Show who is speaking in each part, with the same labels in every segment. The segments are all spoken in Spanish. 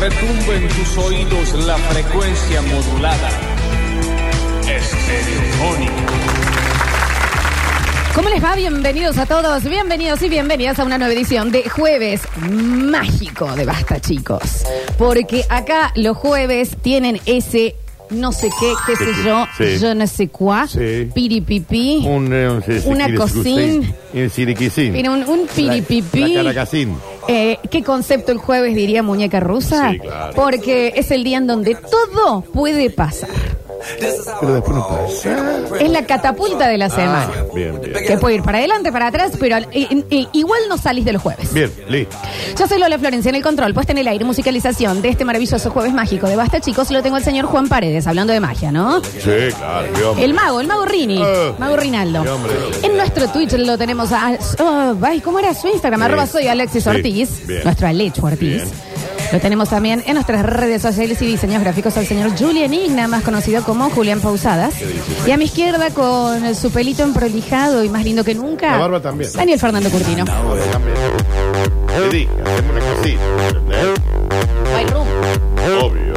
Speaker 1: retumbe en tus oídos la frecuencia modulada. Estereofónica.
Speaker 2: ¿Cómo les va? Bienvenidos a todos, bienvenidos y bienvenidas a una nueva edición de Jueves Mágico de Basta, chicos. Porque acá los jueves tienen ese no sé qué, qué sé yo,
Speaker 3: Sí.
Speaker 2: yo no sé cuá,
Speaker 3: Sí.
Speaker 2: piripipí,
Speaker 3: Un, eh, un-
Speaker 2: Una
Speaker 3: siriquicín.
Speaker 2: cocín.
Speaker 3: Un siriquicín.
Speaker 2: mira, un, un piripipí.
Speaker 3: La, la caracacín.
Speaker 2: Eh, ¿Qué concepto el jueves diría muñeca rusa?
Speaker 3: Sí, claro.
Speaker 2: Porque es el día en donde todo puede pasar.
Speaker 3: Pero después no pasa.
Speaker 2: Es la catapulta
Speaker 3: Ah.
Speaker 2: de la semana.
Speaker 3: Bien, bien.
Speaker 2: Que puede ir para adelante, para atrás, pero eh, eh, igual no salís de los jueves.
Speaker 3: Bien, listo.
Speaker 2: Yo soy Lola Florencia en el control, puesta en el aire, musicalización de este maravilloso jueves mágico de Basta, chicos. Lo tengo el señor Juan Paredes, hablando de magia, ¿no?
Speaker 3: Sí, claro. qué hombre.
Speaker 2: El mago, el mago Rini,
Speaker 3: Eh.
Speaker 2: mago Rinaldo.
Speaker 3: Qué hombre.
Speaker 2: En nuestro Twitch lo tenemos a. oh, ay, ¿Cómo era su Instagram?
Speaker 3: Sí.
Speaker 2: Arroba soy Alexis
Speaker 3: Sí.
Speaker 2: Ortiz,
Speaker 3: Bien.
Speaker 2: nuestro Alecho Ortiz.
Speaker 3: Bien.
Speaker 2: Lo tenemos también en nuestras redes sociales y diseños gráficos al señor Julian Igna, más conocido como Julián Pausadas. Y a mi izquierda, con su pelito emprolijado y más lindo que nunca,
Speaker 3: La barba también.
Speaker 2: Daniel Fernando Curtino.
Speaker 3: Ah, Te dije, hacemos una cosita. ¿entendés?
Speaker 2: Ay, Ru.
Speaker 3: Obvio.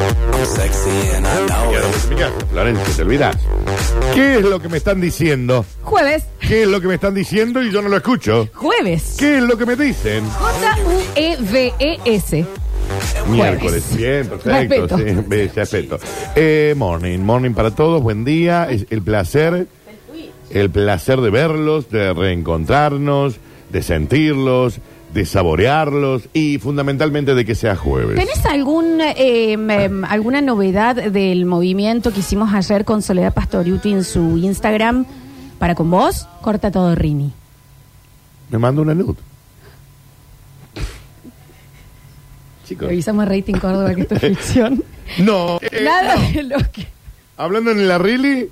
Speaker 3: Quedamos en mi casa. Florencia, te olvidás. ¿Qué es lo que me están diciendo?
Speaker 2: Jueves,
Speaker 3: ¿Qué es lo que me están diciendo y yo no lo escucho?
Speaker 2: jueves.
Speaker 3: ¿Qué es lo que me dicen?
Speaker 2: E J-U-E-V-E-S.
Speaker 3: Pues. Miércoles.
Speaker 2: Jueves.
Speaker 3: Bien, perfecto.
Speaker 2: Respeto.
Speaker 3: Sí, bien, respeto. Eh, morning, morning para todos. Buen día. Es el placer, el placer de verlos, de reencontrarnos, de sentirlos, de saborearlos y fundamentalmente de que sea jueves.
Speaker 2: ¿Tenés algún, eh,
Speaker 3: Ah.
Speaker 2: em, alguna novedad del movimiento que hicimos ayer con Soledad Pastoriuti en su Instagram para con vos? Corta todo, Rini.
Speaker 3: Me manda una nude. Chicos.
Speaker 2: Revisamos Rating Córdoba, que esto es ficción.
Speaker 3: No. eh,
Speaker 2: Nada
Speaker 3: no.
Speaker 2: de lo que...
Speaker 3: Hablando en la Rili,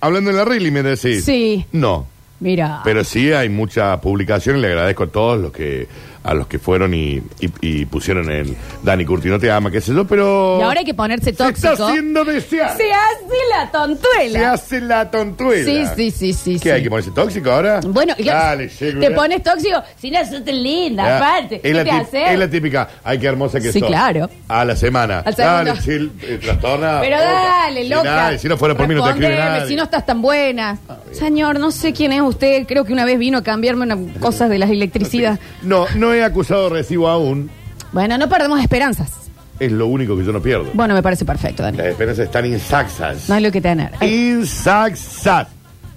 Speaker 3: hablando en la Rili me decís.
Speaker 2: Sí.
Speaker 3: No.
Speaker 2: Mira,
Speaker 3: Pero sí hay mucha publicación y le agradezco a todos los que a los que fueron y, y- y pusieron el Dani Curti no te ama, qué sé yo, pero
Speaker 2: y ahora hay que ponerse
Speaker 3: se
Speaker 2: tóxico.
Speaker 3: está haciendo desear.
Speaker 2: Se hace la
Speaker 3: Se
Speaker 2: tontuela.
Speaker 3: hace la tontuela.
Speaker 2: Sí, sí, sí, sí,
Speaker 3: ¿Qué
Speaker 2: sí.
Speaker 3: hay que ponerse tóxico ahora?
Speaker 2: Bueno, y-
Speaker 3: Dale, Ah,
Speaker 2: te pones tóxico. Si no, sos linda, aparte. ¿Qué
Speaker 3: Es la,
Speaker 2: te
Speaker 3: tip-
Speaker 2: haces?
Speaker 3: es la típica, ay, qué hermosa que
Speaker 2: Sí,
Speaker 3: sos.
Speaker 2: claro.
Speaker 3: A la semana.
Speaker 2: Al segundo.
Speaker 3: dale, Sil, eh, trastorna.
Speaker 2: Pero
Speaker 3: opa.
Speaker 2: dale,
Speaker 3: Si
Speaker 2: loca.
Speaker 3: nadie- si no fuera por mí, no te escribe
Speaker 2: Respondeme,
Speaker 3: nadie. Ah,
Speaker 2: Si no estás tan buena. Señor, no sé quién es usted. Creo que una vez vino a cambiarme unas cosas de las electricidad.
Speaker 3: No, no he acusado recibo aún.
Speaker 2: Bueno, no perdemos esperanzas.
Speaker 3: Es lo único que yo no pierdo.
Speaker 2: Bueno, me parece perfecto, Dani.
Speaker 3: Las esperanzas están insaxas.
Speaker 2: No hay lo que tener. Ay,
Speaker 3: Insaxas.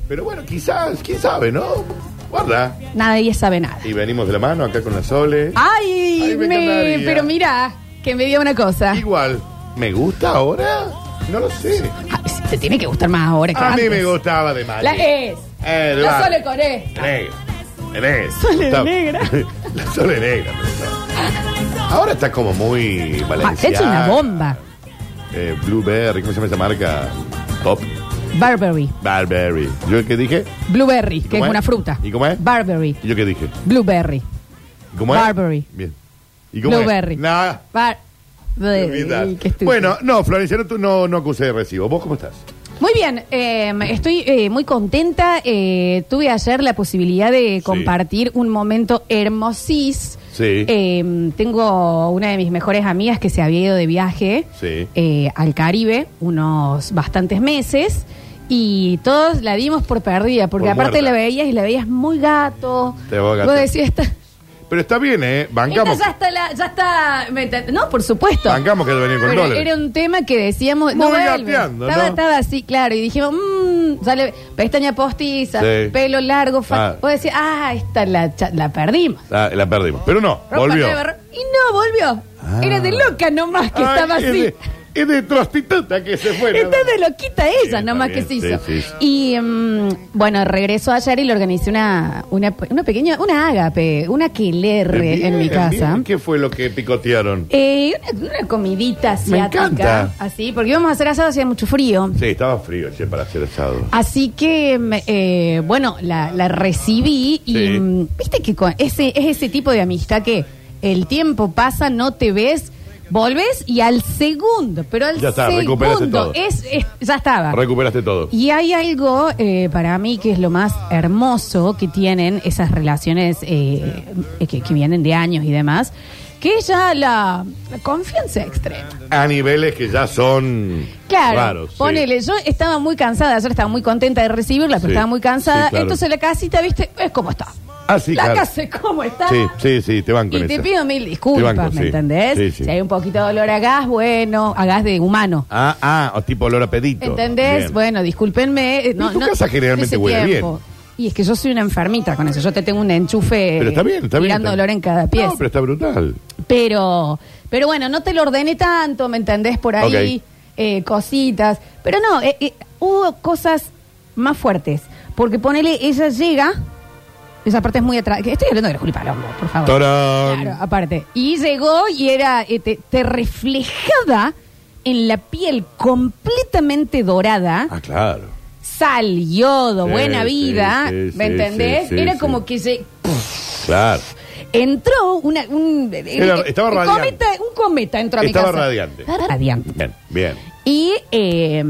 Speaker 3: Pero bueno, quizás, quién sabe, ¿no? Guarda.
Speaker 2: nadie sabe nada.
Speaker 3: Y venimos de la mano acá con la Sole.
Speaker 2: Ah. Ay,
Speaker 3: Ay, me
Speaker 2: me-
Speaker 3: encantaría.
Speaker 2: pero mira, que me dio una cosa.
Speaker 3: Igual, ¿me gusta ahora? No lo sé.
Speaker 2: Ay, sí, te tiene que gustar más ahora que
Speaker 3: A mí
Speaker 2: antes.
Speaker 3: me gustaba de Eh, más.
Speaker 2: La es. La Sole con E. esta.
Speaker 3: Negra. La Negra.
Speaker 2: Sole
Speaker 3: Está-
Speaker 2: negra.
Speaker 3: la Sole negra. me gustaba. Ahora está como muy
Speaker 2: Ah,
Speaker 3: valenciana.
Speaker 2: de hecho, una bomba.
Speaker 3: Eh, Blueberry, ¿cómo se llama esa marca? Top.
Speaker 2: Barberry.
Speaker 3: Barberry. ¿Yo qué dije?
Speaker 2: Blueberry, que
Speaker 3: cómo
Speaker 2: es
Speaker 3: es?
Speaker 2: una fruta.
Speaker 3: ¿Y cómo es?
Speaker 2: Barberry.
Speaker 3: ¿Y yo qué dije?
Speaker 2: Blueberry.
Speaker 3: ¿Y ¿Cómo es?
Speaker 2: Barberry.
Speaker 3: Bien. ¿Y cómo es?
Speaker 2: Blueberry.
Speaker 3: Nada.
Speaker 2: Bar-
Speaker 3: te
Speaker 2: Ey,
Speaker 3: olvidas.
Speaker 2: qué estúpido.
Speaker 3: Bueno, no, Florencia, no, tú no, no acusé de recibo. ¿Vos cómo estás?
Speaker 2: Muy bien, eh, estoy eh, muy contenta. eh, tuve ayer la posibilidad de compartir un momento hermosís.
Speaker 3: Sí.
Speaker 2: Eh, tengo una de mis mejores amigas que se había ido de viaje
Speaker 3: Sí.
Speaker 2: eh, al Caribe unos bastantes meses y todos la dimos por perdida, porque
Speaker 3: Por
Speaker 2: aparte la
Speaker 3: muerta.
Speaker 2: veías y la veías muy gato.
Speaker 3: Te voy a
Speaker 2: Vos
Speaker 3: gatear.
Speaker 2: decías, esta,
Speaker 3: Pero está bien, ¿eh? Bancamos.
Speaker 2: esta ya está, la- ya está ¿me entendés? no, por supuesto.
Speaker 3: Bancamos que venía con
Speaker 2: Pero
Speaker 3: dólares.
Speaker 2: Era un tema que decíamos.
Speaker 3: Muy
Speaker 2: no vuelve.
Speaker 3: gateando,
Speaker 2: estaba,
Speaker 3: ¿no?
Speaker 2: estaba así, claro. Y dijimos, mmm, sale pestaña postiza,
Speaker 3: Sí.
Speaker 2: pelo largo. fa-
Speaker 3: Ah.
Speaker 2: Vos decís, ah, esta la, cha- la perdimos.
Speaker 3: La, Ah, la perdimos. Pero no,
Speaker 2: Ropa
Speaker 3: volvió.
Speaker 2: nueva, ro- y no, volvió.
Speaker 3: Ah.
Speaker 2: Era de loca nomás que
Speaker 3: Ay,
Speaker 2: estaba
Speaker 3: es
Speaker 2: así.
Speaker 3: De, es de prostituta que se fue.
Speaker 2: Está
Speaker 3: nada
Speaker 2: de loquita ella,
Speaker 3: Sí,
Speaker 2: nomás que
Speaker 3: también,
Speaker 2: se hizo.
Speaker 3: sí, sí.
Speaker 2: Y mm, bueno, regresó ayer y le organizé una, una, una pequeña, una ágape, una
Speaker 3: más.
Speaker 2: quilerre
Speaker 3: Bien,
Speaker 2: en mi
Speaker 3: bien.
Speaker 2: casa.
Speaker 3: ¿Qué fue lo que picotearon?
Speaker 2: Eh, una, una comidita
Speaker 3: Me
Speaker 2: asiática.
Speaker 3: encanta.
Speaker 2: Así, porque íbamos a hacer asado, hacía mucho frío.
Speaker 3: Sí, estaba frío, che, para hacer asado.
Speaker 2: Así que, mm, eh, bueno, la, la recibí y
Speaker 3: Sí.
Speaker 2: mm, viste que con- ese, es ese tipo de amistad que el tiempo pasa, no te ves, volves y al segundo, pero al
Speaker 3: Ya está, recuperaste
Speaker 2: segundo
Speaker 3: todo.
Speaker 2: es, es- ya estaba.
Speaker 3: Recuperaste todo.
Speaker 2: Ah. y hay algo eh, para mí que es lo más hermoso que tienen esas relaciones eh, eh, que, que vienen de años y demás, que es ya la, la confianza extrema.
Speaker 3: A niveles que ya son
Speaker 2: Claro,
Speaker 3: raros. sí.
Speaker 2: ponele, yo estaba muy cansada, ayer estaba muy contenta de recibirla, pero
Speaker 3: Sí,
Speaker 2: estaba muy cansada,
Speaker 3: sí, claro.
Speaker 2: entonces la casita, viste, es como está.
Speaker 3: Ah, sí,
Speaker 2: la
Speaker 3: claro.
Speaker 2: casa es como está.
Speaker 3: Sí, sí, sí, te van con
Speaker 2: Y te
Speaker 3: esa.
Speaker 2: pido mil disculpas,
Speaker 3: Te banco,
Speaker 2: ¿me
Speaker 3: sí.
Speaker 2: entendés?
Speaker 3: Sí, sí.
Speaker 2: Si hay un poquito de olor a gas, bueno, a gas de humano.
Speaker 3: Ah, ah, o tipo olor a pedito.
Speaker 2: ¿Entendés?
Speaker 3: Bien.
Speaker 2: Bueno, discúlpenme. eh, No,
Speaker 3: tu
Speaker 2: no-
Speaker 3: casa generalmente
Speaker 2: ese
Speaker 3: huele
Speaker 2: Y es que yo soy una enfermita con eso. Yo te tengo un enchufe
Speaker 3: Pero está bien, está bien.
Speaker 2: tirando
Speaker 3: está-
Speaker 2: olor en cada pieza.
Speaker 3: No, pero está brutal.
Speaker 2: Pero, pero bueno, no te lo ordené tanto, ¿me entendés? Por ahí,
Speaker 3: Ok.
Speaker 2: eh, cositas. Pero no, eh, eh, hubo cosas más fuertes. Porque ponele, ella llega, esa parte es muy atrás. Estoy hablando de la Juli Palombo, por favor.
Speaker 3: Torón.
Speaker 2: Claro, aparte. Y llegó y era, eh, te, te reflejaba en la piel completamente dorada
Speaker 3: Ah, claro.
Speaker 2: sal, yodo,
Speaker 3: Sí,
Speaker 2: buena
Speaker 3: sí,
Speaker 2: vida,
Speaker 3: sí,
Speaker 2: ¿me
Speaker 3: sí,
Speaker 2: entendés?
Speaker 3: sí, sí,
Speaker 2: Era
Speaker 3: sí.
Speaker 2: como que se
Speaker 3: Claro.
Speaker 2: entró una, un, eh,
Speaker 3: Era- estaba
Speaker 2: un
Speaker 3: radiante.
Speaker 2: cometa, un cometa entró a mi
Speaker 3: Estaba
Speaker 2: casa.
Speaker 3: radiante.
Speaker 2: Estaba radiante.
Speaker 3: Bien, bien.
Speaker 2: Y eh,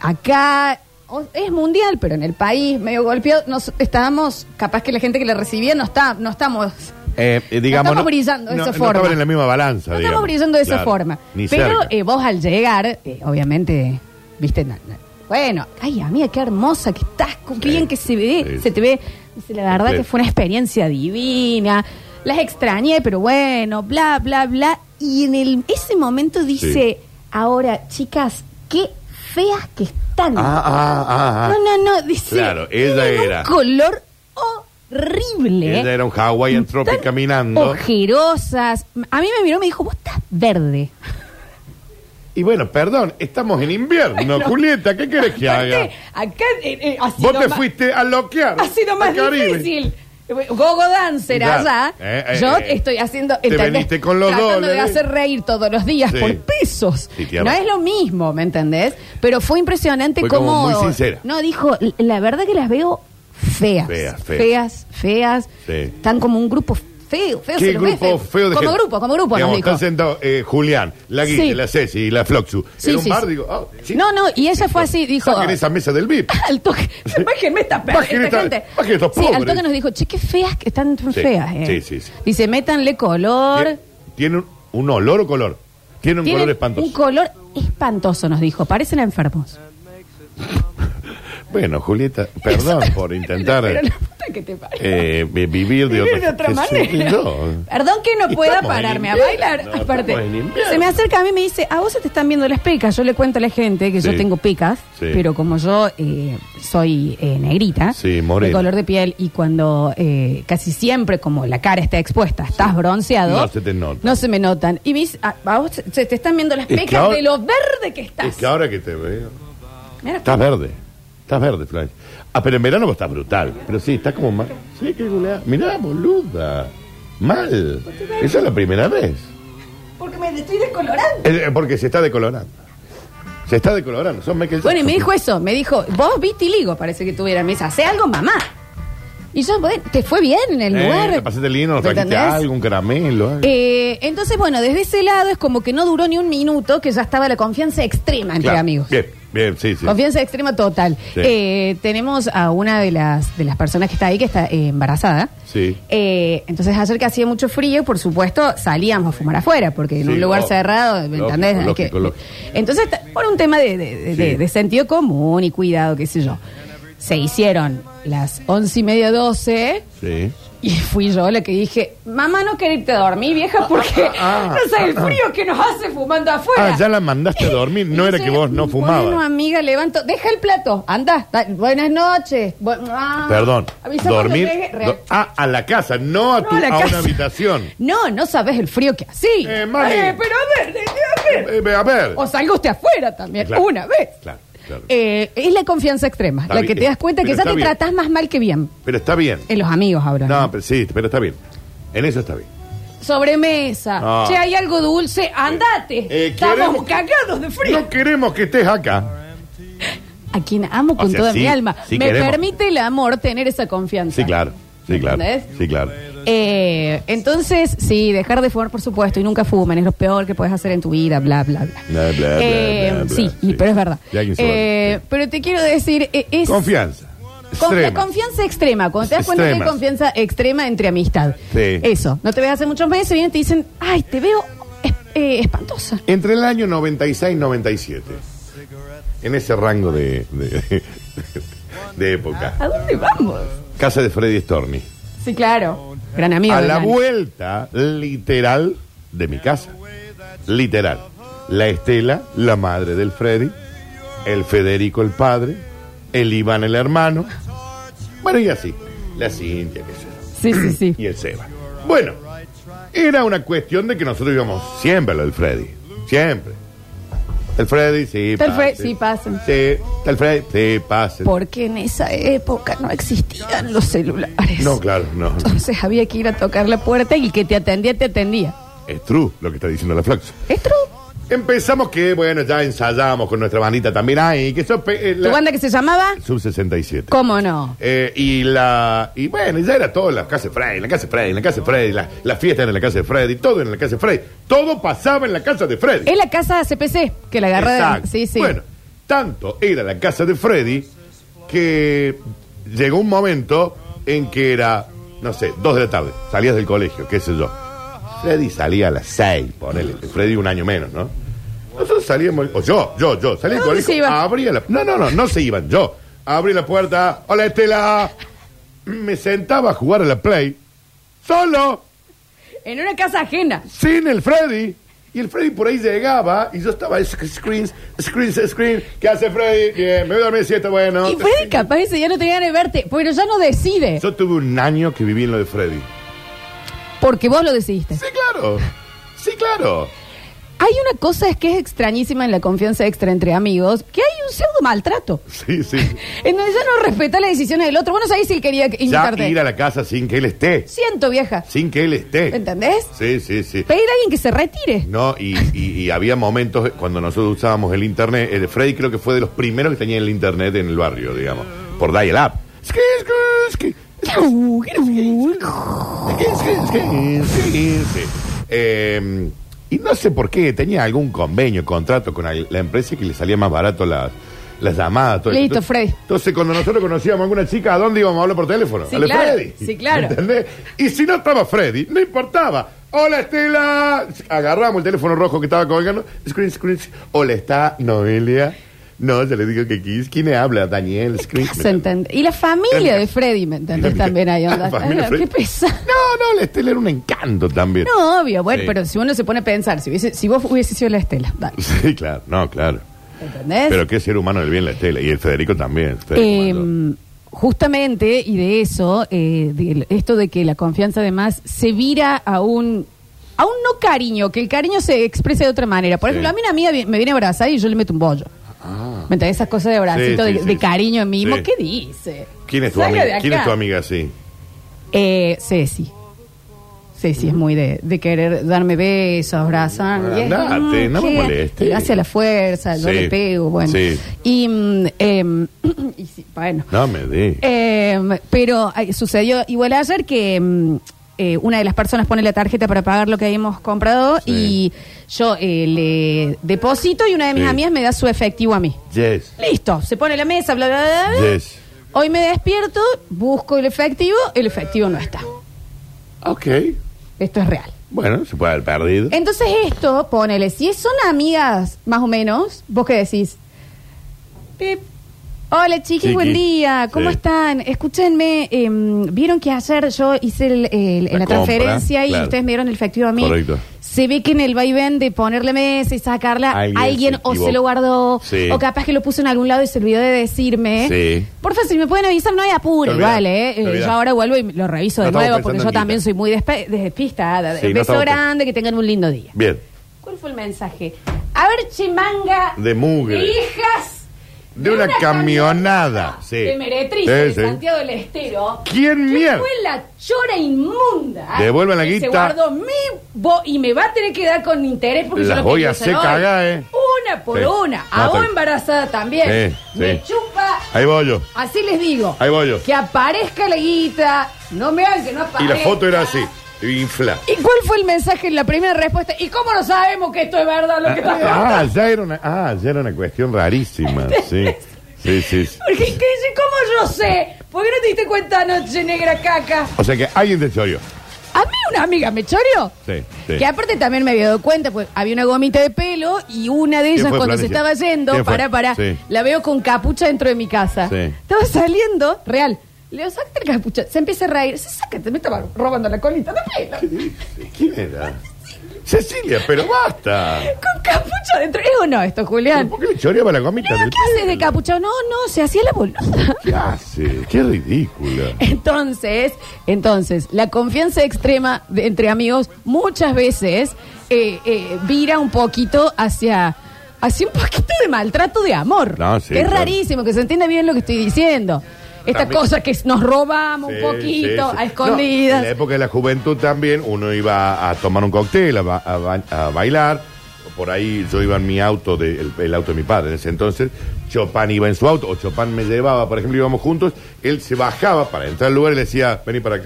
Speaker 2: acá o- es mundial, pero en el país medio golpeado, nos estábamos, capaz que la gente que la recibía no está, no estamos.
Speaker 3: Eh, eh, digamos,
Speaker 2: estamos brillando de
Speaker 3: no-
Speaker 2: esa
Speaker 3: no
Speaker 2: forma.
Speaker 3: estaban en la misma balanza.
Speaker 2: No estamos
Speaker 3: digamos.
Speaker 2: brillando de esa
Speaker 3: Claro.
Speaker 2: forma.
Speaker 3: Ni
Speaker 2: Pero
Speaker 3: cerca.
Speaker 2: eh, vos al llegar, eh, obviamente, viste, no, no. bueno, ay amiga, qué hermosa que estás, qué
Speaker 3: Sí,
Speaker 2: bien que se ve,
Speaker 3: sí.
Speaker 2: se te ve. Dice, la verdad
Speaker 3: Sí.
Speaker 2: que fue una experiencia divina, las extrañé, pero bueno, bla, bla, bla. Y en el, ese momento dice, ahora, chicas, qué feas que están.
Speaker 3: Ah, ah, ah, ah.
Speaker 2: No, no, no, dice.
Speaker 3: Claro, ella
Speaker 2: tienen
Speaker 3: era.
Speaker 2: Un color horrible.
Speaker 3: Ella era un Hawaiian Tropic
Speaker 2: eh. Tan
Speaker 3: caminando.
Speaker 2: Ojerosas. A mí me miró y me dijo, vos estás verde.
Speaker 3: Y bueno, perdón, estamos en invierno, Julieta, ¿qué querés que haga?
Speaker 2: Aparte, Acá eh, eh, ha sido
Speaker 3: Vos te
Speaker 2: más-
Speaker 3: fuiste a loquear.
Speaker 2: Ha sido
Speaker 3: al
Speaker 2: más
Speaker 3: Caribe.
Speaker 2: difícil. Gogo Dancer
Speaker 3: Ya,
Speaker 2: allá.
Speaker 3: eh, eh,
Speaker 2: yo
Speaker 3: eh.
Speaker 2: estoy haciendo.
Speaker 3: Te veniste con los
Speaker 2: tratando de
Speaker 3: dólares.
Speaker 2: hacer reír todos los días
Speaker 3: Sí.
Speaker 2: por pesos.
Speaker 3: Sí, tía,
Speaker 2: no
Speaker 3: va.
Speaker 2: es lo mismo, ¿me entendés? Pero fue impresionante
Speaker 3: Fue
Speaker 2: como.
Speaker 3: como muy sincera.
Speaker 2: No, dijo, la verdad que las veo feas.
Speaker 3: Feas, feas.
Speaker 2: Feas, feas.
Speaker 3: Sí.
Speaker 2: Están como un grupo feo, feo.
Speaker 3: ¿Qué
Speaker 2: se los ve
Speaker 3: grupo feo de
Speaker 2: Como
Speaker 3: gente?
Speaker 2: grupo, como grupo,
Speaker 3: Digamos,
Speaker 2: nos dijo.
Speaker 3: están sentados, eh, Julián, la Guille,
Speaker 2: Sí.
Speaker 3: la Ceci, la Floxu.
Speaker 2: Sí,
Speaker 3: en un
Speaker 2: sí,
Speaker 3: bar,
Speaker 2: sí.
Speaker 3: digo, ah, sí.
Speaker 2: No, no, y ella fue así, dijo.
Speaker 3: Saquen esa mesa del VIP.
Speaker 2: Al toque. Bájenme esta,
Speaker 3: Bájenme
Speaker 2: esta
Speaker 3: esta-
Speaker 2: gente.
Speaker 3: bájenme estos
Speaker 2: Sí, al
Speaker 3: pobres.
Speaker 2: toque nos dijo, che, qué feas que están tan
Speaker 3: Sí,
Speaker 2: feas, eh.
Speaker 3: sí, sí, sí.
Speaker 2: Dice, métanle color.
Speaker 3: Tien- Tiene un, un olor o color. Tiene un
Speaker 2: Tienen
Speaker 3: color espantoso.
Speaker 2: Un color espantoso, nos dijo. Parecen enfermos.
Speaker 3: bueno, Julieta, perdón por intentar
Speaker 2: Pero la puta que te parió.
Speaker 3: eh, vi- vivir de
Speaker 2: Vivir
Speaker 3: otra,
Speaker 2: de otra
Speaker 3: Jesús,
Speaker 2: manera.
Speaker 3: no.
Speaker 2: Perdón que no
Speaker 3: Y
Speaker 2: pueda
Speaker 3: estamos en
Speaker 2: pararme a
Speaker 3: invierno,
Speaker 2: bailar.
Speaker 3: estamos
Speaker 2: Aparte,
Speaker 3: en invierno.
Speaker 2: se me acerca a mí y me dice, a vos se te están viendo las pecas. Yo le cuento a la gente que yo
Speaker 3: Sí.
Speaker 2: tengo pecas,
Speaker 3: Sí.
Speaker 2: pero como yo eh, soy eh, negrita,
Speaker 3: Sí, morena.
Speaker 2: de color de piel, y cuando eh, casi siempre, como la cara está expuesta, estás bronceado,
Speaker 3: No se te nota.
Speaker 2: no se me notan. Y me dice, "Ah, a vos se- se te están viendo las
Speaker 3: Es que
Speaker 2: pecas
Speaker 3: ahora-
Speaker 2: de lo verde que estás.
Speaker 3: Es que ahora que te veo.
Speaker 2: Mira,
Speaker 3: Estás verde. Estás verde, Flash. Ah, pero en verano vos estás brutal. Pero sí, estás como mal. Sí, qué gulea. Mirá, boluda. Mal. Esa es la primera vez.
Speaker 2: porque me estoy descolorando.
Speaker 3: Eh, eh, porque se está decolorando. Se está decolorando. Son Michael
Speaker 2: Bueno, y me
Speaker 3: Jackson.
Speaker 2: dijo eso, me dijo, vos vitiligo, parece que tuviera mesa, hace algo mamá. Y yo, bueno, te fue bien en el
Speaker 3: Eh,
Speaker 2: lugar.
Speaker 3: te pasaste lindo, nos
Speaker 2: ¿Me
Speaker 3: trajiste
Speaker 2: entendés?
Speaker 3: algo, un caramelo. algo.
Speaker 2: Eh, entonces, bueno, desde ese lado es como que no duró ni un minuto que ya estaba la confianza extrema entre
Speaker 3: Claro.
Speaker 2: amigos.
Speaker 3: Bien, bien, sí, sí.
Speaker 2: Confianza extrema total.
Speaker 3: Sí.
Speaker 2: Eh, tenemos a una de las, de las personas que está ahí, que está eh, embarazada.
Speaker 3: Sí.
Speaker 2: Eh, entonces, ayer que hacía mucho frío, por supuesto, salíamos a fumar afuera, porque en
Speaker 3: Sí,
Speaker 2: un lugar
Speaker 3: obvio.
Speaker 2: cerrado, ¿me
Speaker 3: Lógico,
Speaker 2: entendés? Hay
Speaker 3: lógico, lógico.
Speaker 2: Entonces, ta- por un tema de, de- de-
Speaker 3: Sí.
Speaker 2: de- de sentido común y cuidado, qué sé yo. Se hicieron las once y media, doce.
Speaker 3: Sí.
Speaker 2: Y fui yo la que dije, mamá, no querés irte a dormir, vieja, porque
Speaker 3: ah,
Speaker 2: no sabes el frío que nos hace fumando afuera.
Speaker 3: Ah, ya la mandaste a dormir. No
Speaker 2: Y
Speaker 3: era
Speaker 2: yo,
Speaker 3: que vos no fumabas.
Speaker 2: Bueno, amiga, levanto. Deja el plato. Anda. Da- Buenas noches. Bu- ah.
Speaker 3: Perdón.
Speaker 2: Avisa cuando
Speaker 3: Dormir.
Speaker 2: llegue. Re-
Speaker 3: do- ah, a la casa, no a,
Speaker 2: No,
Speaker 3: tu,
Speaker 2: a la
Speaker 3: a
Speaker 2: casa.
Speaker 3: una habitación.
Speaker 2: No, no sabes el frío que hace.
Speaker 3: Eh, mami.
Speaker 2: pero a ver, eh, a ver.
Speaker 3: Eh, eh, a ver.
Speaker 2: O salga usted afuera también,
Speaker 3: Claro,
Speaker 2: una vez.
Speaker 3: claro, claro.
Speaker 2: Eh, es la confianza extrema,
Speaker 3: Está
Speaker 2: la
Speaker 3: bien,
Speaker 2: que te das cuenta
Speaker 3: pero
Speaker 2: que ya
Speaker 3: está
Speaker 2: te
Speaker 3: bien.
Speaker 2: tratás más mal que bien.
Speaker 3: Pero está bien.
Speaker 2: En los amigos ahora.
Speaker 3: No, pero sí, pero está bien. En eso está bien.
Speaker 2: Sobremesa.
Speaker 3: No.
Speaker 2: Che, hay algo dulce. Andate.
Speaker 3: Ah. Eh,
Speaker 2: Estamos
Speaker 3: queremos-
Speaker 2: cagados de frío.
Speaker 3: No queremos que estés acá.
Speaker 2: A quien amo con
Speaker 3: O sea,
Speaker 2: toda
Speaker 3: sí,
Speaker 2: mi alma.
Speaker 3: sí
Speaker 2: Me
Speaker 3: queremos.
Speaker 2: permite el amor tener esa confianza.
Speaker 3: Sí, claro. Sí, claro.
Speaker 2: ¿Entendés?
Speaker 3: Sí, claro.
Speaker 2: Eh, entonces, sí, dejar de fumar, por supuesto, y nunca fumen, es lo peor que puedes hacer en tu vida, bla, bla, bla.
Speaker 3: Bla, bla, bla,
Speaker 2: Eh,
Speaker 3: bla, bla,
Speaker 2: sí, y-
Speaker 3: sí.
Speaker 2: pero es verdad.
Speaker 3: Ya que se
Speaker 2: Eh, Pero te quiero decir, eh, es...
Speaker 3: Confianza.
Speaker 2: Con- la
Speaker 3: Extrema.
Speaker 2: confianza extrema. Cuando te das cuenta que hay
Speaker 3: Extremas.
Speaker 2: confianza extrema entre amistad.
Speaker 3: Sí.
Speaker 2: Eso. No te ves hace muchos meses, vienen y te dicen, ay, te veo es- eh, espantosa.
Speaker 3: Entre el año 96 y 97. En ese rango de, de, de época.
Speaker 2: ¿A dónde vamos?
Speaker 3: Casa de Freddy Storni.
Speaker 2: Sí, claro. Gran amigo.
Speaker 3: A
Speaker 2: de
Speaker 3: la
Speaker 2: Dani.
Speaker 3: vuelta, literal, de mi casa. Literal. La Estela, la madre del Freddy. El Federico, el padre. El Iván, el hermano. Bueno, y así. La Cintia, qué sé yo.
Speaker 2: Sí, sí, sí.
Speaker 3: y el Seba. Bueno, era una cuestión de que nosotros íbamos siempre al del Freddy. Siempre. El Freddy, sí,
Speaker 2: Está el
Speaker 3: pasen.
Speaker 2: Fre- sí, pasen.
Speaker 3: Sí, está el Freddy, sí, pasen.
Speaker 2: Porque en esa época no existían los celulares.
Speaker 3: No, claro, no.
Speaker 2: Entonces había que ir a tocar la puerta y el que te atendía, te atendía.
Speaker 3: Es true lo que está diciendo la Flax.
Speaker 2: ¿Es true?
Speaker 3: Empezamos que, bueno, ya ensayamos con nuestra bandita también ahí, que eso... pe- eh,
Speaker 2: ¿Tu
Speaker 3: la-
Speaker 2: banda que se llamaba?
Speaker 3: Sub 67.
Speaker 2: ¿Cómo no?
Speaker 3: Eh, y la. Y bueno, ya era todo, la casa de Freddy, la casa de Freddy, la casa de Freddy, la, la fiesta era en la casa de Freddy, todo en la casa de Freddy. Todo pasaba en la casa de Freddy.
Speaker 2: Es la casa CPC que la agarré. de-
Speaker 3: Exacto.
Speaker 2: Sí, sí.
Speaker 3: Bueno, tanto era la casa de Freddy que llegó un momento en que era, no sé, dos de la tarde. Salías del colegio, qué sé yo. Freddy salía a las seis, ponele. Freddy un año menos, ¿no? Nosotros salíamos, o yo, yo, yo, salía del
Speaker 2: ¿Dónde se
Speaker 3: colegio,
Speaker 2: iban?
Speaker 3: abría la... No, no, no, no se iban, yo. Abrí la puerta, hola Estela. Me sentaba a jugar a la Play, solo
Speaker 2: En una casa ajena.
Speaker 3: sin el Freddy. Y el Freddy por ahí llegaba y yo estaba sc- screens, screens, screen. ¿Qué hace Freddy? Bien, me voy a dormir siete, bueno.
Speaker 2: y Freddy capaz ese ya no tenía ganas de verte, pero ya no decide.
Speaker 3: Yo tuve un año que viví en lo de Freddy.
Speaker 2: Porque vos lo decidiste.
Speaker 3: Sí, claro. Sí, claro.
Speaker 2: Hay una cosa es que es extrañísima en la confianza extra entre amigos, que hay un pseudo maltrato.
Speaker 3: Sí, sí.
Speaker 2: En donde ya no respeta las decisiones del otro. Bueno, ahí sí quería que-
Speaker 3: Ya
Speaker 2: invitarte.
Speaker 3: ir a la casa sin que él esté.
Speaker 2: Siento, vieja.
Speaker 3: Sin que él esté.
Speaker 2: ¿Entendés?
Speaker 3: Sí, sí, sí.
Speaker 2: Pedir a alguien que se retire.
Speaker 3: No, y, y- y había momentos cuando nosotros usábamos el internet. El Freddy creo que fue de los primeros que tenía el internet en el barrio, digamos. Por dial-up. Skri, skri, skri. Eh, y no sé por qué, tenía algún convenio, contrato con al- la empresa que le salía más barato la, la llamada. Todo eso.
Speaker 2: Listo,
Speaker 3: Entonces-
Speaker 2: Freddy.
Speaker 3: Entonces, cuando nosotros conocíamos a alguna chica, ¿a dónde íbamos a hablar por teléfono?
Speaker 2: Sí,
Speaker 3: Al de
Speaker 2: claro,
Speaker 3: Freddy.
Speaker 2: sí, claro.
Speaker 3: ¿Entendés? Y si no estaba Freddy, no importaba. Hola Estela. Agarramos el teléfono rojo que estaba colgando. Screen, screen. Hola, está Noelia. No, se le digo que quis. ¿Quién le habla? Daniel. Screen.
Speaker 2: Se entiende. Y la familia de Freddy, ¿me entendés? También ahí onda.
Speaker 3: La familia
Speaker 2: Ah,
Speaker 3: Freddy.
Speaker 2: Qué pesado.
Speaker 3: No, no, la Estela era un encanto también.
Speaker 2: No, obvio, bueno,
Speaker 3: Sí.
Speaker 2: pero si uno se pone a pensar, si, hubiese- si vos hubiese sido la Estela, dale,
Speaker 3: Sí, claro, no, claro.
Speaker 2: ¿entendés?
Speaker 3: Pero qué ser humano del bien la Estela. Y el Federico también. ser humano.
Speaker 2: Eh, justamente, y de eso, eh, de esto de que la confianza además se vira a un, a un no cariño, que el cariño se expresa de otra manera. Por
Speaker 3: Sí. Ah.
Speaker 2: ejemplo, a mí una amiga vi- me viene a abrazar y yo le meto un bollo. ¿Me entiendes? Esas cosas de abracito,
Speaker 3: Sí, sí,
Speaker 2: de,
Speaker 3: sí,
Speaker 2: de
Speaker 3: sí.
Speaker 2: cariño mismo.
Speaker 3: Sí.
Speaker 2: ¿Qué dice?
Speaker 3: ¿Quién es tu
Speaker 2: Salga
Speaker 3: amiga?
Speaker 2: de
Speaker 3: ¿Quién es
Speaker 2: acá.
Speaker 3: tu amiga así?
Speaker 2: Eh, Ceci. Ceci
Speaker 3: Mm.
Speaker 2: es muy de, de querer darme besos, abrazar.
Speaker 3: Ah,
Speaker 2: y es
Speaker 3: andate,
Speaker 2: como,
Speaker 3: no me
Speaker 2: ¿qué?
Speaker 3: molestes.
Speaker 2: Y Hacia la fuerza, yo
Speaker 3: Sí,
Speaker 2: le pego, bueno.
Speaker 3: sí.
Speaker 2: Y, mm, em, y sí, bueno.
Speaker 3: No me di.
Speaker 2: Em, pero ay, sucedió igual ayer que mm, eh, una de las personas pone la tarjeta para pagar lo que habíamos comprado
Speaker 3: Sí.
Speaker 2: y yo eh, le deposito y una de mis
Speaker 3: Sí.
Speaker 2: amigas me da su efectivo a mí.
Speaker 3: Yes.
Speaker 2: Listo, se pone la mesa, bla, bla, bla, bla.
Speaker 3: Yes.
Speaker 2: Hoy me despierto, busco el efectivo, el efectivo no está.
Speaker 3: Ok.
Speaker 2: Esto es real.
Speaker 3: Bueno, se puede haber perdido.
Speaker 2: Entonces esto, ponele, si son amigas más o menos, vos que decís, Pip, hola chiquis,
Speaker 3: Chiqui.
Speaker 2: buen día, ¿cómo
Speaker 3: Sí.
Speaker 2: están? Escúchenme, em, vieron que ayer yo hice el- el- la,
Speaker 3: La compra,
Speaker 2: transferencia y
Speaker 3: claro.
Speaker 2: ustedes me dieron el efectivo a mí.
Speaker 3: Correcto.
Speaker 2: Se ve que en el vaivén de ponerle mesa y sacarla,
Speaker 3: Alguien
Speaker 2: alguien,
Speaker 3: se
Speaker 2: o
Speaker 3: equivocó.
Speaker 2: se lo guardó,
Speaker 3: Sí.
Speaker 2: o capaz que lo puso en algún lado y se olvidó de decirme.
Speaker 3: Sí.
Speaker 2: Porfa, si me pueden avisar, no hay apuro,
Speaker 3: Te olvidás,
Speaker 2: igual, ¿eh?
Speaker 3: te
Speaker 2: Eh,
Speaker 3: olvidás.
Speaker 2: Yo ahora vuelvo y lo reviso
Speaker 3: No
Speaker 2: de
Speaker 3: estamos
Speaker 2: nuevo porque
Speaker 3: pensando
Speaker 2: yo
Speaker 3: en
Speaker 2: también
Speaker 3: guita.
Speaker 2: soy muy despe- despistada.
Speaker 3: Sí, no
Speaker 2: Beso
Speaker 3: estamos pensando.
Speaker 2: grande, que tengan un lindo día.
Speaker 3: Bien.
Speaker 2: ¿Cuál fue el mensaje? A ver, chimanga.
Speaker 3: De mugre.
Speaker 2: de Hijas.
Speaker 3: De una camionada, sí.
Speaker 2: De Meretriz,
Speaker 3: Sí,
Speaker 2: de
Speaker 3: sí.
Speaker 2: Santiago del Estero.
Speaker 3: ¿Quién
Speaker 2: que
Speaker 3: mier-
Speaker 2: fue la chora inmunda? ¿eh?
Speaker 3: Devuelvan la
Speaker 2: que
Speaker 3: guita.
Speaker 2: Se guardó mi bo- y me va a tener que dar con interés porque
Speaker 3: Las
Speaker 2: yo lo
Speaker 3: voy a
Speaker 2: pienso en
Speaker 3: hacer
Speaker 2: hoy.
Speaker 3: cagar, ¿eh?
Speaker 2: Una por
Speaker 3: Sí.
Speaker 2: una.
Speaker 3: No,
Speaker 2: A vos
Speaker 3: está-
Speaker 2: embarazada también.
Speaker 3: Sí,
Speaker 2: Me
Speaker 3: sí.
Speaker 2: chupa.
Speaker 3: Ahí voy yo.
Speaker 2: Así les digo.
Speaker 3: Ahí voy yo.
Speaker 2: Que aparezca la guita. No me hagan que no
Speaker 3: Y
Speaker 2: aparezca.
Speaker 3: la foto era así. Infla.
Speaker 2: ¿Y cuál fue el mensaje en la primera respuesta? ¿Y cómo no sabemos que esto es verdad lo que está pasando?
Speaker 3: Ah, ya era una, ah, ya era una cuestión rarísima. Sí. Sí, sí. sí.
Speaker 2: Porque ¿qué dice? ¿Cómo yo sé? ¿Por qué no te diste cuenta anoche, negra caca?
Speaker 3: O sea que alguien te choreó.
Speaker 2: A mí una amiga me choreó.
Speaker 3: Sí, sí.
Speaker 2: Que aparte también me había dado cuenta, pues había una gomita de pelo y una de
Speaker 3: ¿Quién
Speaker 2: ellas
Speaker 3: fue,
Speaker 2: cuando se
Speaker 3: Florencia?
Speaker 2: estaba yendo,
Speaker 3: ¿Quién fue?
Speaker 2: para, para,
Speaker 3: Sí.
Speaker 2: la veo con capucha dentro de mi casa.
Speaker 3: Sí.
Speaker 2: Estaba saliendo, real. Le digo, sácate la capucha. Se empieza a reír. Se saca, te me estaba robando la colita de pelo.
Speaker 3: ¿Quién era? Cecilia, pero basta.
Speaker 2: Con capucha dentro. ¿Es o no esto, Julián?
Speaker 3: ¿Por qué le choreaba la gomita
Speaker 2: Pero,
Speaker 3: del
Speaker 2: ¿Qué haces de
Speaker 3: pelo?
Speaker 2: capucha? No, no, se hacía la boluda.
Speaker 3: ¿Qué hace? Qué ridícula.
Speaker 2: Entonces, entonces, la confianza extrema de- entre amigos muchas veces eh, eh, vira un poquito hacia, hacia un poquito de maltrato de amor.
Speaker 3: No, sí,
Speaker 2: Que es
Speaker 3: claro.
Speaker 2: rarísimo, que se entienda bien lo que estoy diciendo. Esta
Speaker 3: También-
Speaker 2: cosa que nos robamos
Speaker 3: Sí,
Speaker 2: un poquito
Speaker 3: sí, sí.
Speaker 2: a
Speaker 3: No,
Speaker 2: escondidas.
Speaker 3: en la época de la juventud también uno iba a tomar un cóctel, a, ba- a ba- a bailar. Por ahí yo iba en mi auto, de- el, el auto de mi padre en ese entonces. Chopin iba en su auto, o Chopin me llevaba, por ejemplo, íbamos juntos. Él se bajaba para entrar al lugar y le decía, vení para acá.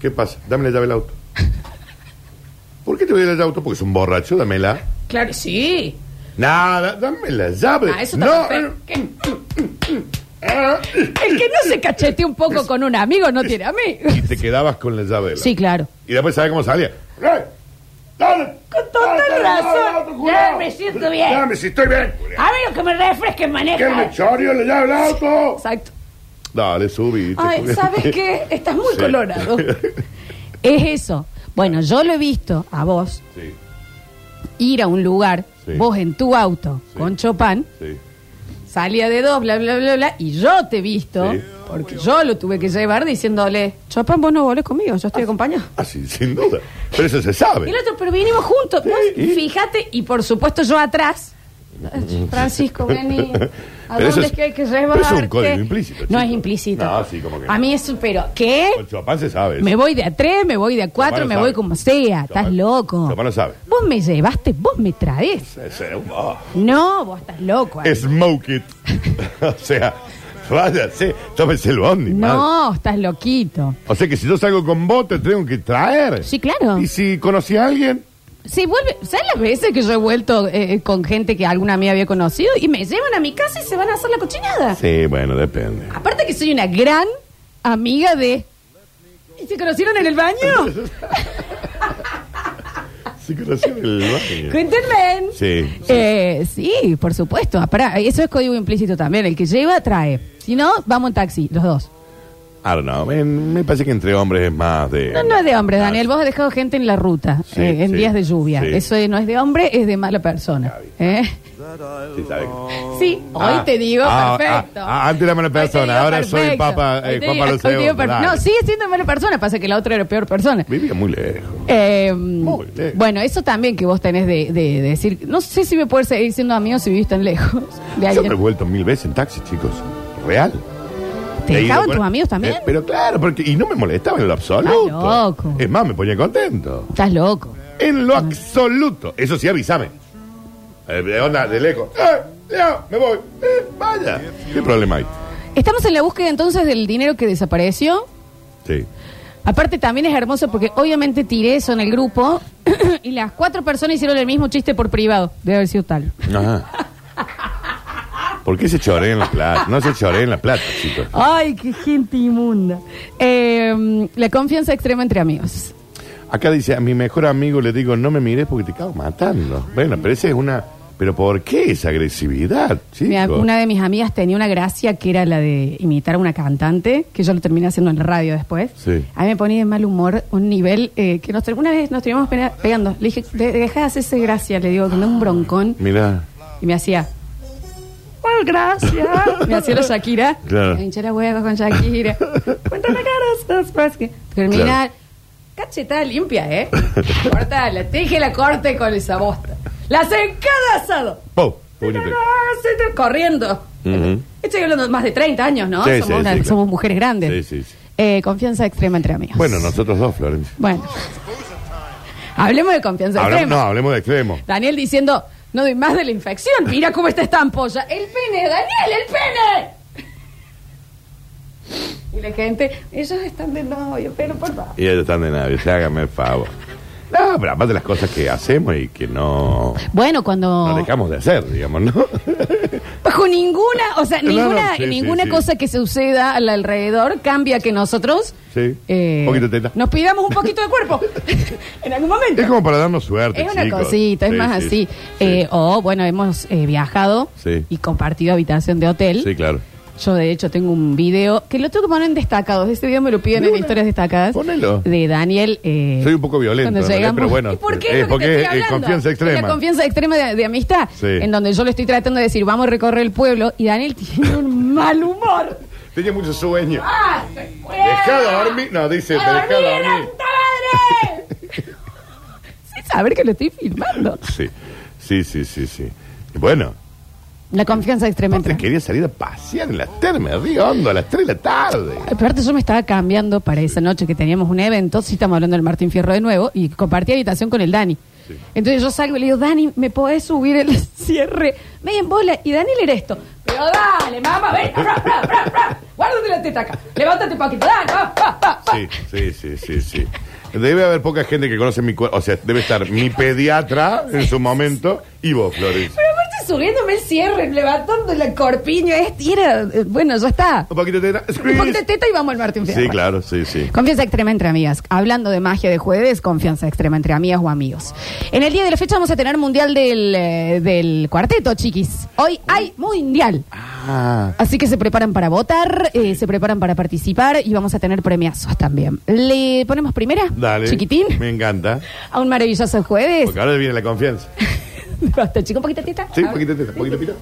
Speaker 3: ¿Qué pasa? Dame la llave del auto. ¿Por qué te voy a dar el auto? Porque es un borracho, dámela.
Speaker 2: Claro, sí.
Speaker 3: Nada, dame la llave.
Speaker 2: Ah, eso
Speaker 3: no, eh.
Speaker 2: también fue- que- El que no se cachete un poco con un amigo no tiene amigo.
Speaker 3: y eh, te quedabas con la llave. del
Speaker 2: Sí,
Speaker 3: auto.
Speaker 2: claro.
Speaker 3: Y después sabes cómo salía. ¡Eh!
Speaker 2: Con total razón. Ya me siento bien.
Speaker 3: Dame si estoy bien.
Speaker 2: A ver lo que me refresque,
Speaker 3: ¿Qué
Speaker 2: maneja.
Speaker 3: me chorio le llave el auto?
Speaker 2: Exacto.
Speaker 3: Dale, subí.
Speaker 2: Ay, ¿sabes qué? Estás muy
Speaker 3: Sí.
Speaker 2: colorado. Es eso. Bueno, yo lo he visto a vos
Speaker 3: Sí,
Speaker 2: ir a un lugar,
Speaker 3: Sí.
Speaker 2: vos en tu auto
Speaker 3: Sí.
Speaker 2: con Chopin,
Speaker 3: sí.
Speaker 2: salía de dos, bla, bla, bla, bla, y yo te he visto,
Speaker 3: Sí.
Speaker 2: porque yo lo tuve que llevar diciéndole, Chopin, vos no volés conmigo,
Speaker 3: Ah,
Speaker 2: yo estoy acompañado.
Speaker 3: Así, sin duda. Pero eso se
Speaker 2: Y
Speaker 3: sabe.
Speaker 2: el otro, pero vinimos juntos.
Speaker 3: Sí. Mm.
Speaker 2: Vos fíjate, y por supuesto yo atrás. Francisco, vení. ¿A dónde
Speaker 3: Pero eso es-
Speaker 2: es que hay que
Speaker 3: pero
Speaker 2: llevarte?
Speaker 3: eso es un código implícito,
Speaker 2: No
Speaker 3: chico.
Speaker 2: es implícito.
Speaker 3: No, sí, como que
Speaker 2: A
Speaker 3: no.
Speaker 2: mí es, pero, ¿qué?
Speaker 3: Con Chopin se sabe.
Speaker 2: Me voy de a tres, me voy de a cuatro,
Speaker 3: Chopin
Speaker 2: me
Speaker 3: lo
Speaker 2: voy
Speaker 3: sabe.
Speaker 2: como sea. Estás
Speaker 3: Chopin-
Speaker 2: loco.
Speaker 3: Chopin lo sabe.
Speaker 2: Vos me llevaste, vos me traes.
Speaker 3: Ese es un- oh.
Speaker 2: No, vos estás loco. Ale.
Speaker 3: Smoke it. o sea, váyase, tómese el bondi. madre.
Speaker 2: No, estás loquito.
Speaker 3: O sea que si yo salgo con vos, te tengo que traer.
Speaker 2: Sí, claro.
Speaker 3: ¿Y si conocí a alguien?
Speaker 2: Sí, vuelve. ¿Sabes las veces que yo he vuelto eh, con gente que alguna amiga había conocido y me llevan a mi casa y se van a hacer la cochinada?
Speaker 3: Sí, bueno, depende.
Speaker 2: Aparte que soy una gran amiga de... ¿Y se conocieron en el baño?
Speaker 3: Si conocí en el baño.
Speaker 2: Cuéntenme.
Speaker 3: Sí.
Speaker 2: Eh, sí, por supuesto. Pará, eso es código implícito también. El que lleva, trae. Si no, vamos en taxi, los dos.
Speaker 3: I don't know. en- me parece que entre hombres es más de.
Speaker 2: No, no es de hombre, Daniel. Vos has dejado gente en la ruta,
Speaker 3: Sí,
Speaker 2: eh, en
Speaker 3: sí,
Speaker 2: días de lluvia.
Speaker 3: sí.
Speaker 2: Eso eh, no es de hombre, es de mala persona. ¿eh?
Speaker 3: Sí, sabe.
Speaker 2: Sí, hoy
Speaker 3: Ah,
Speaker 2: te digo
Speaker 3: ah,
Speaker 2: perfecto.
Speaker 3: ah, ah, antes era mala
Speaker 2: Hoy te
Speaker 3: persona,
Speaker 2: digo
Speaker 3: ahora soy Papa, eh,
Speaker 2: Hoy te
Speaker 3: Juan
Speaker 2: digo-
Speaker 3: Pablo
Speaker 2: hoy te digo
Speaker 3: II,
Speaker 2: per-
Speaker 3: dale.
Speaker 2: No, sigue siendo mala persona, pasa que la otra era peor persona.
Speaker 3: Vivía muy lejos.
Speaker 2: Eh,
Speaker 3: Muy bien.
Speaker 2: bueno, eso también que vos tenés de, de- de decir, no sé si me puedes seguir siendo amigo si vivís tan lejos de
Speaker 3: Yo me he
Speaker 2: alguien.
Speaker 3: vuelto mil veces en taxi, chicos. Real.
Speaker 2: ¿Te
Speaker 3: He ido
Speaker 2: dejaban
Speaker 3: con-
Speaker 2: tus amigos también?
Speaker 3: Eh, pero claro, porque y no me molestaba en lo absoluto.
Speaker 2: Está loco. Ah.
Speaker 3: Es más, me ponía contento.
Speaker 2: Estás loco.
Speaker 3: En lo absoluto. Eso sí, avísame. Eh, de onda, de lejos. ¡Eh, Leo, me voy! Eh, ¡Vaya! ¿Qué problema hay?
Speaker 2: Estamos en la búsqueda entonces del dinero que desapareció.
Speaker 3: Sí.
Speaker 2: Aparte también es hermoso porque obviamente tiré eso en el grupo y las cuatro personas hicieron el mismo chiste por privado. Debe haber sido tal.
Speaker 3: Ajá. ¿Por qué se chorea en la plata? No se chorea en la plata, chicos.
Speaker 2: Ay, qué gente inmunda. Eh, la confianza extrema entre amigos.
Speaker 3: Acá dice, a mi mejor amigo le digo, no me mires porque te cago matando. Bueno, pero esa es una... ¿Pero por qué esa agresividad, chicos?
Speaker 2: Mira, una de mis amigas tenía una gracia que era la de imitar a una cantante, que yo lo terminé haciendo en la radio después.
Speaker 3: Sí.
Speaker 2: A mí me ponía de mal humor un nivel eh, que nos, ter- una vez nos teníamos pegando. Le dije, "De- deja de hacerse gracia, le digo, que no es un broncón.
Speaker 3: Mirá.
Speaker 2: Y me hacía. "Ay, gracias. Me hacía la Shakira.
Speaker 3: Claro.
Speaker 2: Me hinché la hueva con Shakira. Cuéntame caras. después que- Terminar. Cachetada limpia, ¿eh? Cortala. Te dije la corte con esa bosta. La hacen cada asado.
Speaker 3: ¡Pum! Puñete.
Speaker 2: Corriendo.
Speaker 3: Ujú.
Speaker 2: Estoy hablando de más de 30 años, ¿no?
Speaker 3: Mm. Sí,
Speaker 2: somos,
Speaker 3: sí,
Speaker 2: una-
Speaker 3: sí, claro.
Speaker 2: somos mujeres grandes.
Speaker 3: Sí, sí, sí.
Speaker 2: Eh, confianza extrema entre amigos.
Speaker 3: Bueno, nosotros dos, Florencia.
Speaker 2: Bueno. Hablemos de confianza
Speaker 3: Hablamos,
Speaker 2: extrema.
Speaker 3: no, hablemos de extremo.
Speaker 2: Daniel diciendo, no doy más de la infección. Mira cómo está esta ampolla. ¡El pene, Daniel, el pene! Y la gente, ellos están de novio, pero por favor.
Speaker 3: Y ellos están de nadie, hágame el favor. No, pero aparte las cosas que hacemos y que no,
Speaker 2: Bueno, cuando...
Speaker 3: no dejamos de hacer, digamos, ¿no?
Speaker 2: Bajo ninguna, o sea,
Speaker 3: No,
Speaker 2: ninguna,
Speaker 3: no, sí,
Speaker 2: ninguna
Speaker 3: sí, sí.
Speaker 2: cosa que suceda al alrededor cambia que nosotros
Speaker 3: Sí.
Speaker 2: eh,
Speaker 3: Un poquito de teta.
Speaker 2: nos pidamos un poquito de cuerpo en algún momento.
Speaker 3: Es como para darnos suerte.
Speaker 2: Es una
Speaker 3: chicos.
Speaker 2: cosita, es
Speaker 3: Sí,
Speaker 2: más
Speaker 3: sí,
Speaker 2: así.
Speaker 3: sí.
Speaker 2: Eh, o bueno, hemos eh, viajado
Speaker 3: Sí.
Speaker 2: y compartido habitación de hotel.
Speaker 3: Sí, claro.
Speaker 2: Yo de hecho tengo un video que lo tengo que poner en destacados. Ese video me lo piden
Speaker 3: De
Speaker 2: en
Speaker 3: una.
Speaker 2: historias destacadas.
Speaker 3: Ponelo.
Speaker 2: De Daniel. eh,
Speaker 3: Soy un poco violento,
Speaker 2: cuando
Speaker 3: en realidad,
Speaker 2: llegamos-
Speaker 3: pero bueno,
Speaker 2: ¿Y por qué?
Speaker 3: eh,
Speaker 2: Es lo que
Speaker 3: porque
Speaker 2: te estoy
Speaker 3: es
Speaker 2: hablando.
Speaker 3: confianza extrema.
Speaker 2: Es La confianza extrema de, de amistad.
Speaker 3: Sí.
Speaker 2: En donde yo le estoy tratando de decir, vamos a recorrer el pueblo. Y Daniel tiene un mal humor.
Speaker 3: Tenía mucho sueño.
Speaker 2: ¡Ah! se fue!
Speaker 3: Deja dormir. No, dice,
Speaker 2: ¡A
Speaker 3: deja
Speaker 2: dormir,
Speaker 3: dormir.
Speaker 2: puta madre! Sin saber que lo estoy filmando.
Speaker 3: Sí, sí, sí, sí. sí. Y Bueno,
Speaker 2: La confianza extrema.
Speaker 3: antes quería salir a pasear en las termas, río hondo, a las 3 de la tarde.
Speaker 2: Aparte, yo me estaba cambiando para esa noche que teníamos un evento. Sí, estamos hablando del Martín Fierro de nuevo. Y compartí habitación con el Dani.
Speaker 3: Sí.
Speaker 2: Entonces yo salgo y le digo, Dani, ¿me podés subir el cierre? Me en bola. Y Dani era esto. Pero dale, mamá, ven. Ra, ra, ra, ra. Guárdate la teta acá. Levántate un poquito. Dale, va, va, va, va.
Speaker 3: Sí, sí, sí, sí, sí. Debe haber poca gente que conoce mi cuerpo. O sea, debe estar mi pediatra en su momento y vos, Flores.
Speaker 2: Pero aparte subiéndome el cierre, levantando la corpiño. este, Y era, eh, bueno, ya está.
Speaker 3: Un poquito de teta.
Speaker 2: Un poquito de teta y vamos al Martín Fierro.
Speaker 3: Sí, claro, sí, sí.
Speaker 2: Confianza extrema entre amigas. Hablando de magia de jueves, confianza extrema entre amigas o amigos. En el día de la fecha vamos a tener mundial del, eh, del cuarteto, chiquis. Hoy hay mundial.
Speaker 3: Ah,
Speaker 2: Así que se preparan para votar, eh, se preparan para participar y vamos a tener premiazos también. ¿Le ponemos primera?
Speaker 3: dale.
Speaker 2: Chiquitín.
Speaker 3: Me encanta.
Speaker 2: A un maravilloso jueves.
Speaker 3: Porque ahora viene la confianza.
Speaker 2: Basta, chico, un poquito de teta.
Speaker 3: Sí,
Speaker 2: A ver.
Speaker 3: poquito de teta, poquito de pita.